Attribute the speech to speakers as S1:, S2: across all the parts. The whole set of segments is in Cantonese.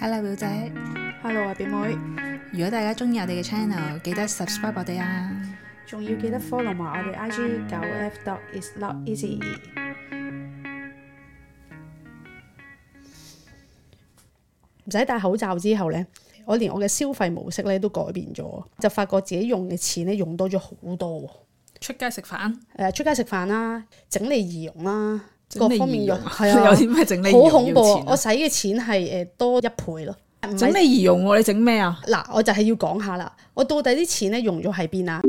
S1: Hello 表姐，
S2: Hello 啊，表妹，
S1: 如果大家中意我哋嘅 channel，記得 subscribe 我哋啊！
S2: 仲要記得 follow 埋我哋 IG 九 F dot is not easy。唔使戴口罩之後呢，我連我嘅消費模式咧都改變咗，就發覺自己用嘅錢咧用多咗好多喎。
S1: 出街食飯，
S2: 誒、出街食飯啦，整理儀容啦，
S1: 整
S2: 各
S1: 理
S2: 方面
S1: 儀
S2: 用
S1: 容啊
S2: 係
S1: 有
S2: 啊，
S1: 啲咩整理
S2: 好
S1: 儀
S2: 恐
S1: 容
S2: 怖啊
S1: 要！錢啊？
S2: 我使嘅錢係誒多一倍咯，唔係
S1: 整理儀容喎，你整咩啊？
S2: 嗱，我就係要講下啦，我到底啲錢咧用咗喺邊啊？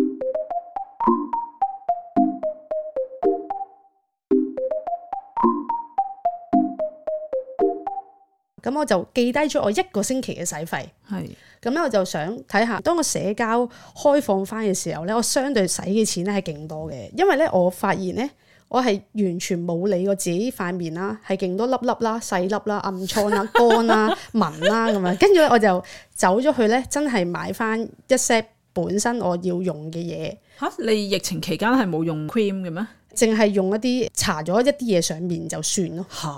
S2: 咁我就記低咗我一個星期嘅使費，
S1: 係
S2: 咁咧我就想睇下，當我社交開放翻嘅時候咧，我相對使嘅錢咧係勁多嘅，因為咧我發現咧，我係完全冇理過自己塊面啦，係勁多粒粒啦、細粒啦、暗瘡啦、乾啦、紋啦咁樣，跟住咧我就走咗去咧，真係買翻一 set 本身我要用嘅嘢，
S1: 吓，你疫情期間係冇用 cream 嘅咩？
S2: 淨係用一啲搽咗一啲嘢上面就算咯。
S1: 吓，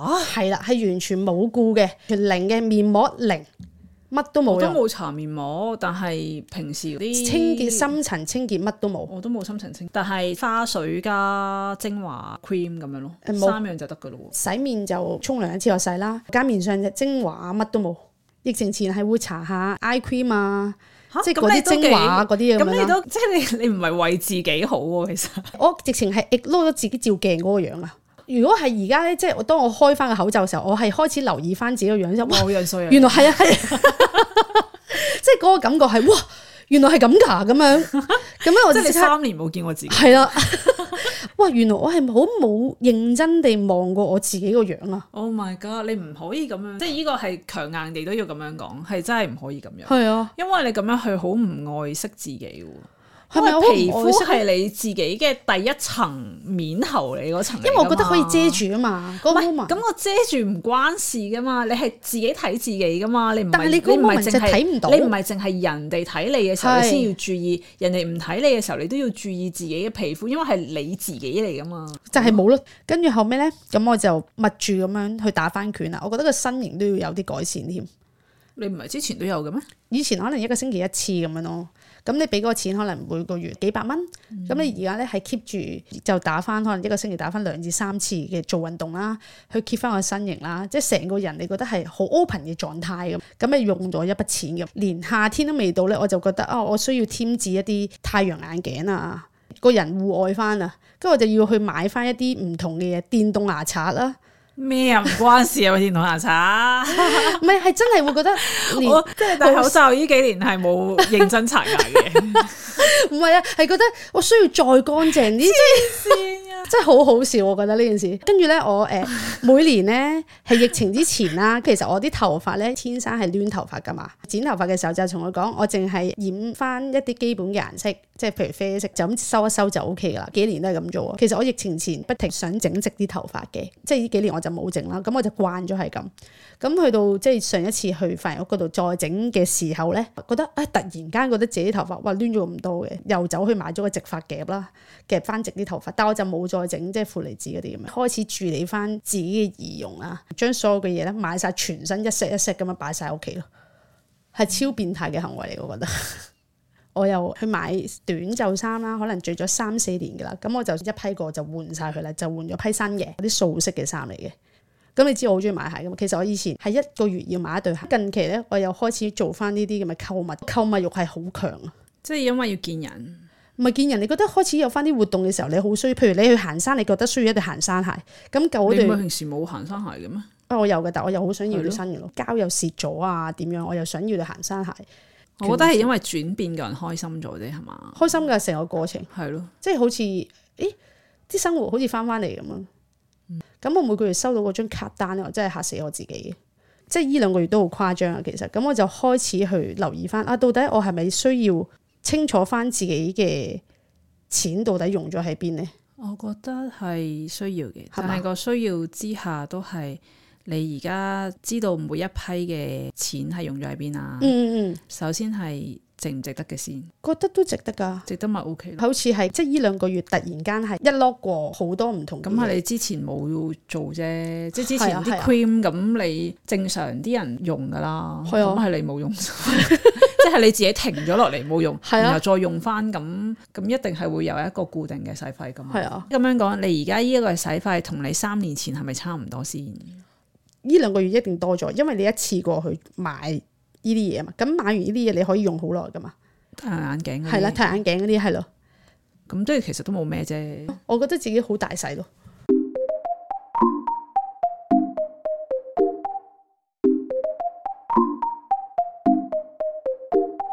S2: 係啦，係完全冇顧嘅，全零嘅面膜零，乜都
S1: 我
S2: 冇
S1: 哦都
S2: 用，
S1: 冇搽面膜，但係平時啲
S2: 清潔深層清潔乜都冇。
S1: 我都冇心情清，但係花水加精華 cream 咁樣咯，
S2: 誒冇
S1: 三樣就得噶咯
S2: 洗面就沖涼一次就洗啦，加面上嘅精華啊乜都冇。疫情前係會搽下 eye cream 啊，
S1: 喎。
S2: 即係嗰啲精華啊嗰啲咁
S1: 咁
S2: 樣
S1: 你
S2: 啦。
S1: 都即係你你唔係為自己好喎，其實
S2: 我直情係 ignore 咗自己照鏡嗰個樣啊。如果係而家咧，即係我當我開翻個口罩嘅時候，我係開始留意翻自己個樣就哇，
S1: 我樣衰啊！
S2: 原來係啊係啊， 即係嗰個感覺係哇，原來係咁㗎咁 樣，咁樣我
S1: 即係
S2: 就
S1: 你
S2: 即刻
S1: 三年冇見過自己。
S2: 係啦。 哇，原來我係好冇認真地望過我自己個樣啊。
S1: Oh my god！你唔可以咁樣，即係呢個係強硬地都要咁樣講，係真係唔可以咁樣，
S2: 係啊。
S1: 因為你咁樣去好唔愛惜自己喎。
S2: 係咪
S1: 因
S2: 好
S1: 為皮
S2: 唔
S1: 膚
S2: 愛惜？
S1: 係你自己嘅第一層面頭嚟嗰層嚟㗎嘛，
S2: 因
S1: 因
S2: 為我覺得可以遮。住啊嘛，嗰
S1: 唔
S2: 個
S1: 係，
S2: moment。
S1: 咁我遮住唔關事噶嘛，你係自己睇自己噶嘛，你唔係
S2: 但係你嗰個
S1: 唔係
S2: moment
S1: 淨
S2: 就
S1: 係
S2: 睇唔到
S1: 你唔係淨係人哋睇你嘅時候，
S2: 係
S1: 你先要注意；人哋唔睇你嘅時候，你都要注意自己嘅皮膚，因為係你自己嚟噶嘛。
S2: 就係冇咯，跟住後尾咧，咁我就密住咁樣去打翻拳啦。我覺得個身形都要有啲改善添。
S1: 你唔係之前都有嘅咩？
S2: 以前可能一個星期一次咁樣咯，咁你俾嗰個錢可能每個月幾百蚊，咁、你而家咧係 keep 住就打翻，可能一個星期打翻兩至三次嘅做運動啦，去 keep 翻個身形啦，即係成個人你覺得係好 open 嘅狀態咁，咁你用咗一筆錢咁，連夏天都未到咧，我就覺得啊、我需要添置一啲太陽眼鏡啊，個人戶外翻啊，跟住我就要去買翻一啲唔同嘅嘢，電動牙刷啦，
S1: 咩啊？唔關事啊，電動牙刷。
S2: 唔係係真係會覺得連
S1: 我即係戴口罩呢幾年係冇認真刷牙嘅，
S2: 唔係啊，係覺得我需要再乾淨啲。真係好好笑，我覺得呢件事。跟住咧，我誒、呃每年咧係疫情之前啦，其實我啲頭髮咧天生係攣頭髮噶嘛。剪頭髮嘅時候就同佢講，我淨係染翻一啲基本嘅顏色，即係譬如啡色，就咁收一收就 O K 啦。幾年都係咁做啊。其實我疫情前不停想整直啲頭髮嘅，即係呢幾年我就冇整啦。咁我就慣咗係咁。咁去到即係上一次去髮型屋嗰度再整嘅時候咧，覺得啊、突然間覺得自己頭髮哇攣咗咁多嘅，又走去買咗個直髮夾啦。夾翻直啲頭髮，但我就冇再整即係負離子嗰啲咁樣，開始處理翻自己嘅儀容啦，將所有嘅嘢咧買晒全身一 set 一 set 咁樣擺晒喺屋企咯，係超變態嘅行為嚟，我覺得。 我又去買短袖衫啦，可能着咗三四年噶啦，咁我就一批過就換晒佢啦，就換咗批新嘅啲素色嘅衫嚟嘅。咁你知我好中意買鞋噶嘛？其實我以前係一個月要買一對鞋，近期咧我又開始做翻呢啲咁嘅購物，購物欲係好強啊！
S1: 即係因為要見人。
S2: 唔係見人，你覺得開始有翻啲活動嘅時候，你好需要。譬如你去行山，你覺得需要一對行山鞋。咁舊嗰
S1: 你唔係
S2: 對，
S1: 平時冇行山鞋嘅咩？
S2: 啊我有嘅，但我又好想要
S1: 係咯
S2: 對新嘅咯。膠又蝕咗啊，點樣？我又想要對行山鞋，
S1: 我覺得係因為轉變個人開心咗啫，係嘛？
S2: 開心㗎成個過程，
S1: 係咯，
S2: 即係好似，咦，啲生活好似翻翻嚟咁啊！咁我每個月收到嗰張卡單咧，我真係嚇死我自己嘅。即係呢兩個月都好誇張啊，其實咁我就開始去留意翻啊，到底我係咪需要清楚翻自己嘅錢到底用咗喺邊呢？
S1: 我覺得係需要嘅，
S2: 係嘛
S1: 但係個需要之下都係你而家知道每一批嘅錢係用咗喺邊啊。
S2: 嗯嗯嗯，
S1: 首先係值唔值得嘅先？
S2: 覺得都值得㗎。
S1: 值得咪 O K 咯。
S2: 好似係即係呢兩個月突然間係一 lock 過好多唔同嘅
S1: 咁
S2: 嘢
S1: 係你之前冇做啫，即係之
S2: 嗯係
S1: 前
S2: 啊
S1: 啲
S2: 係啊
S1: cream 咁你正常啲人用噶啦，
S2: 係啊
S1: 咁係你冇用， 即係你自己停咗落嚟冇用，
S2: 係啊
S1: 然後再用翻咁，咁一定係會有一個固定嘅使費噶嘛。
S2: 係啊，
S1: 咁樣講，你而家呢一個使費同你三年前係咪差唔多先？
S2: 呢兩個月一定多咗，因為你一次過去買呢啲嘢嘛，咁買完呢啲嘢你可以用好耐㗎嘛，
S1: 戴眼鏡嗰啲
S2: 係啦，睇眼鏡嗰啲係咯，
S1: 咁都其實都冇咩啫。
S2: 我覺得自己好大使咯。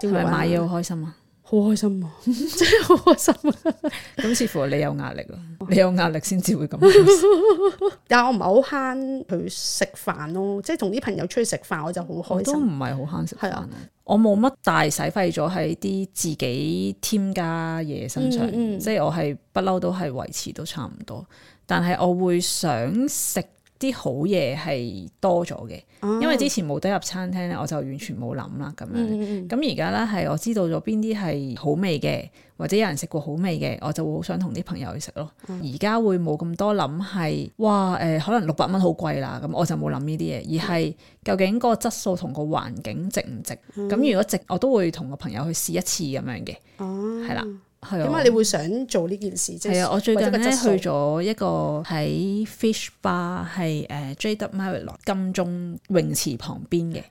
S1: 係咪買嘢好開 心啊？
S2: 好開心啊！真係好開心啊！
S1: 咁似乎你有壓力咯，
S2: 哦
S1: 你有壓力先至會 咁樣。
S2: 但我唔係好慳去食飯咯，即係同啲朋友出去食飯我就好
S1: 我
S2: 開
S1: 都
S2: 心。
S1: 唔係好慳食
S2: 係
S1: 飯
S2: 啊。
S1: 我冇乜大使費咗喺啲自己添加嘢身上，
S2: 嗯嗯
S1: 即係我係不嬲都係維持到差唔多。但係我會想食啲好嘢係多咗嘅，
S2: 哦
S1: 因為之前冇得入餐廳咧，我就完全冇諗啦咁樣。
S2: 嗯嗯
S1: 咁而家咧係我知道咗邊啲係好味嘅，或者有人食過好味嘅，我就會好想同啲朋友去食咯。
S2: 嗯
S1: 而家、會冇咁多諗係，哇誒、呃可能六百蚊好貴啦，咁我就冇諗呢啲嘢，而
S2: 嗯
S1: 係究竟個質素同個環境值唔值？咁、如果值，我都會同個朋友去試一次咁樣嘅，
S2: 嗯，
S1: 係啦、係
S2: 點
S1: 啊
S2: 解。你會想做呢件事？即
S1: 係啊，我最近
S2: 或者
S1: 咧
S2: 個質素
S1: 去咗一個喺 Fish Bar 係誒 J W Marriott 金鐘泳池旁邊嘅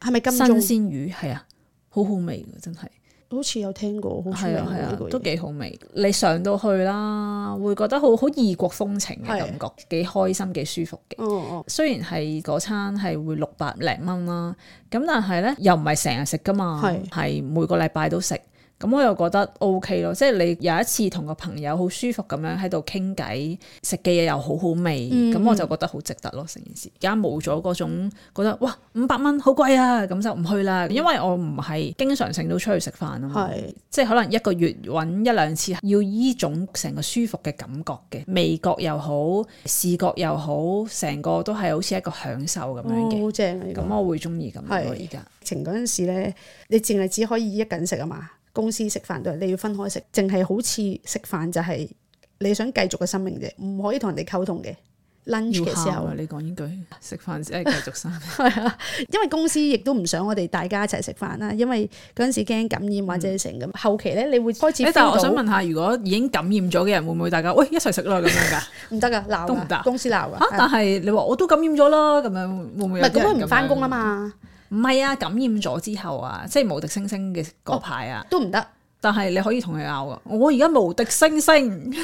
S2: 係咪金
S1: 新
S2: 鐘？
S1: 鮮魚，係啊，好好味嘅真係。
S2: 好似有聽過，好出
S1: 係
S2: 名
S1: 啊係
S2: 喎呢
S1: 啊
S2: 個，
S1: 都
S2: 嘢。
S1: 幾好味。你上到去啦，會覺得好好異國風情嘅
S2: 係
S1: 感覺，幾開心幾舒服嘅。
S2: 哦哦，
S1: 雖然係嗰餐係會六百零蚊啦，咁但係咧又唔係成日食噶嘛
S2: 係，
S1: 係每個禮拜都食。咁我又覺得 O K 咯，即係你有一次同個朋友好舒服咁樣喺度傾偈，食嘅嘢又好好味，
S2: 嗯
S1: 咁、我就覺得好值得咯成件事。而家冇咗嗰種覺得哇五百蚊好貴啊，咁就唔去啦，因為我唔係經常性都出去食飯啊嘛。
S2: 係
S1: 即係可能一個月揾一兩次，要依種成個舒服嘅感覺嘅，味覺又好，視覺又好，成個都係好似一個享受咁樣
S2: 哦
S1: 嘅。
S2: 好正啊！呢
S1: 咁、
S2: 個
S1: 我會中意咁樣咯，
S2: 係
S1: 而家
S2: 疫情嗰陣時咧，你淨係只可以一個人食啊嘛，公司食飯都係你要分開食，淨係好似食飯就係你想繼續嘅生命啫，唔可以同人哋溝通嘅。lunch
S1: 要
S2: 嘅時
S1: 喊啊
S2: 候！，
S1: 你講呢句，食飯先係繼續 生。
S2: 因為公司亦都唔想我哋大家一齊食飯啦，因為嗰陣時驚感染或者成咁。後期咧，你會開始 feel
S1: 嗯誒但係我
S2: 到
S1: 想問下，如果已經感染咗嘅人，會唔會大家喂一齊食啦咁樣 㗎？
S2: 唔得噶，鬧啊
S1: 都唔得啊
S2: 㗎公司鬧
S1: 嚇！
S2: 㗎。係
S1: 但係你話我都感染咗啦，咁樣會唔
S2: 唔
S1: 會有
S2: 係
S1: 啲
S2: 咁
S1: 人
S2: 佢
S1: 樣
S2: 唔翻工啊？嘛，
S1: 唔係啊，感染咗之後啊，即係無敵星星嘅嗰排啊。
S2: 都唔得。
S1: 但係你可以同佢拗噶，我而家無敵星 星，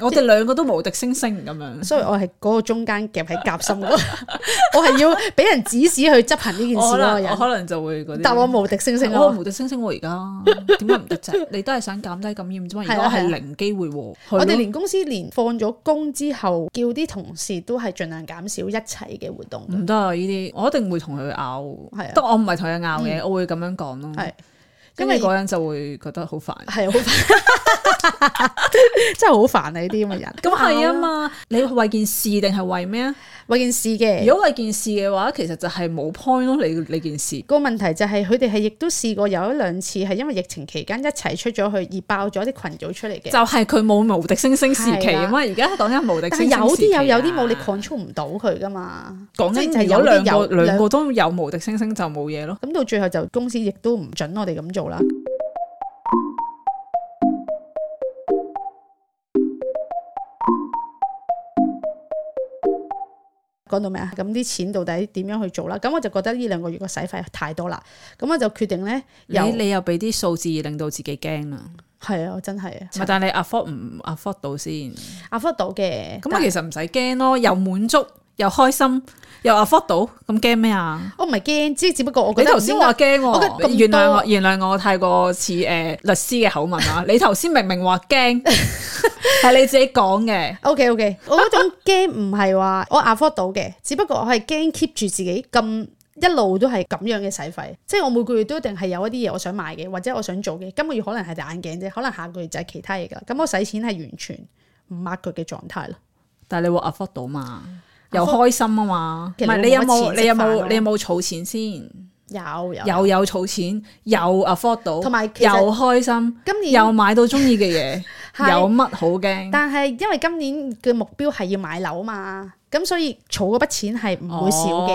S1: 我哋兩個都無敵星星咁樣。
S2: 所以我係嗰個中間夾喺夾心嗰 個，我係要俾人指使去執行呢件事
S1: 我可
S2: 嗰個
S1: 能我
S2: 人。
S1: 可能就會嗰啲，
S2: 但我無敵星星
S1: 我
S2: 咯，
S1: 無敵星星喎，而家點解唔得 啫？你都係想減低感染啫嘛，而
S2: 係
S1: 家
S2: 啊
S1: 我
S2: 係
S1: 係
S2: 啊
S1: 零機會喎。
S2: 我
S1: 係
S2: 哋
S1: 咯
S2: 連公司連放咗工之後，叫啲同事都係盡量減少一齊嘅活動嘅。
S1: 唔得啊！呢啲我一定會同佢拗
S2: 係啊，嗯
S1: 但我唔係同佢拗嘅，我會咁樣講咯。
S2: 係
S1: 因
S2: 因
S1: 為
S2: 為
S1: 嗰個人就會覺得好煩。
S2: 係好煩， 真係好煩啊！呢啲咁嘅人，
S1: 咁係啊，嘛，你為件事定係為咩啊？
S2: 為件事嘅。
S1: 如果為件事嘅話，其實就係冇 point 咯。你你件事
S2: 個問題就係佢哋係亦都試過有一兩次係因為疫情期間一齊出咗去而爆咗啲群組出嚟
S1: 就
S2: 嘅，
S1: 係佢冇無敵星星時期
S2: 係
S1: 啊
S2: 啦
S1: 嘛，而家講緊無敵
S2: 但係
S1: 星星
S2: 有
S1: 時期
S2: 啲
S1: 啊
S2: 有有啲冇你 control 唔到佢噶嘛，
S1: 講
S2: 即
S1: 緊
S2: 係就係
S1: 有
S2: 有啲
S1: 兩
S2: 有
S1: 個兩
S2: 兩
S1: 個都有無敵星星就冇嘢咯。
S2: 咁到最後就公司亦都唔準我哋咁做啦。講到咩啊？咁啲錢到底點樣去做啦？咁我就覺得呢兩個月個使費太多啦，咁我就決定咧，
S1: 你
S2: 有
S1: 你又俾啲數字令到自己驚啦，
S2: 係啊，真係啊
S1: 咪但係你 afford 唔 afford 到先？
S2: ，afford 到嘅。
S1: 咁啊，其實唔使驚咯，又滿足又開心又 afford 到，咁驚咩啊？
S2: 我唔係驚，即係只不過我
S1: 你
S2: 覺得
S1: 頭先
S2: 唔應該
S1: 話驚
S2: 我覺得咁
S1: 喎，
S2: 多
S1: 原諒我，原諒我太過似誒、呃律師嘅口吻 啊！你頭先明明話驚，係你自己講嘅，
S2: O K O K，我嗰種驚唔係話我 afford 到嘅，只不過我係驚 keep 住自己咁一路都係咁樣嘅使費，即係我每個月都一定係有一啲嘢我想買嘅，或者我想做嘅。今個月可能係戴眼鏡啫，可能下個月就係其他嘢㗎啦。咁我使錢係完全唔抹佢嘅狀態咯。
S1: 但係你話 afford 到嘛，又
S2: afford-
S1: 開心啊嘛，唔
S2: 其實
S1: 係
S2: 你
S1: 你有
S2: 冇乜
S1: 冇
S2: 錢
S1: 你有
S2: 食飯
S1: 冇
S2: 咯
S1: 你有冇儲錢先？
S2: 有有，
S1: 又有儲錢，又 afford 到，
S2: 同埋其
S1: 又
S2: 實
S1: 開心，
S2: 今年
S1: 又買到中意嘅嘢，
S2: 係
S1: 有乜好驚？
S2: 但係因為今年嘅目標係要買樓嘛，咁所以儲嗰筆錢係唔會少嘅。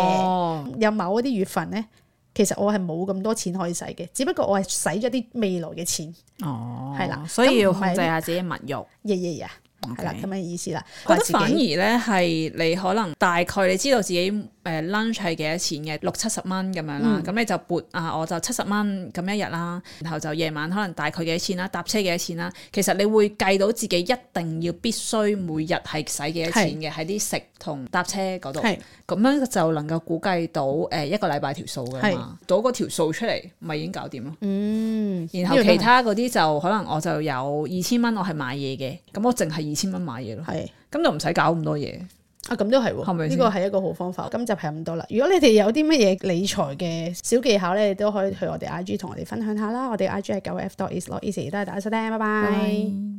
S1: 嘅。
S2: 有某一啲月份咧，其實我係冇咁多錢可以使嘅，只不過我係使咗啲未來嘅錢，
S1: 哦，
S2: 係啦
S1: 所以要
S2: 咁唔係
S1: 控制下自己物欲。
S2: 耶耶耶，啊係啦
S1: OK
S2: 咁嘅意思啦。
S1: 覺
S2: 話
S1: 得
S2: 自己
S1: 反而咧係你可能大概你知道自己誒呃 lunch 係幾多錢嘅，六七十蚊咁樣
S2: 嗯
S1: 啦，咁、你就撥啊，我就七十蚊咁一日啦，然後就夜晚可能大概幾多錢啦，搭車幾多錢啦，其實你會計到自己一定要必須每日係使幾多錢嘅喺啲食同搭車嗰度，
S2: 係
S1: 咁樣就能夠估計到誒、一個禮拜條數㗎嘛，到嗰條數出嚟咪已經搞掂咯。
S2: 嗯，
S1: 然後其他嗰啲就可能我就有二千蚊，我係買嘢嘅，咁我淨係二千蚊買嘢咯，
S2: 係。
S1: 咁就唔使搞咁多嘢。
S2: 啊，咁都係
S1: 係咪
S2: 喎，
S1: 先
S2: 呢個係一個好方法。今集係咁多啦。如果你哋有啲乜嘢理財嘅小技巧咧，你都可以去我哋 I G 同我哋分享下啦。我哋 I G 係九 F dot is not easy，多謝大家收聽，拜拜。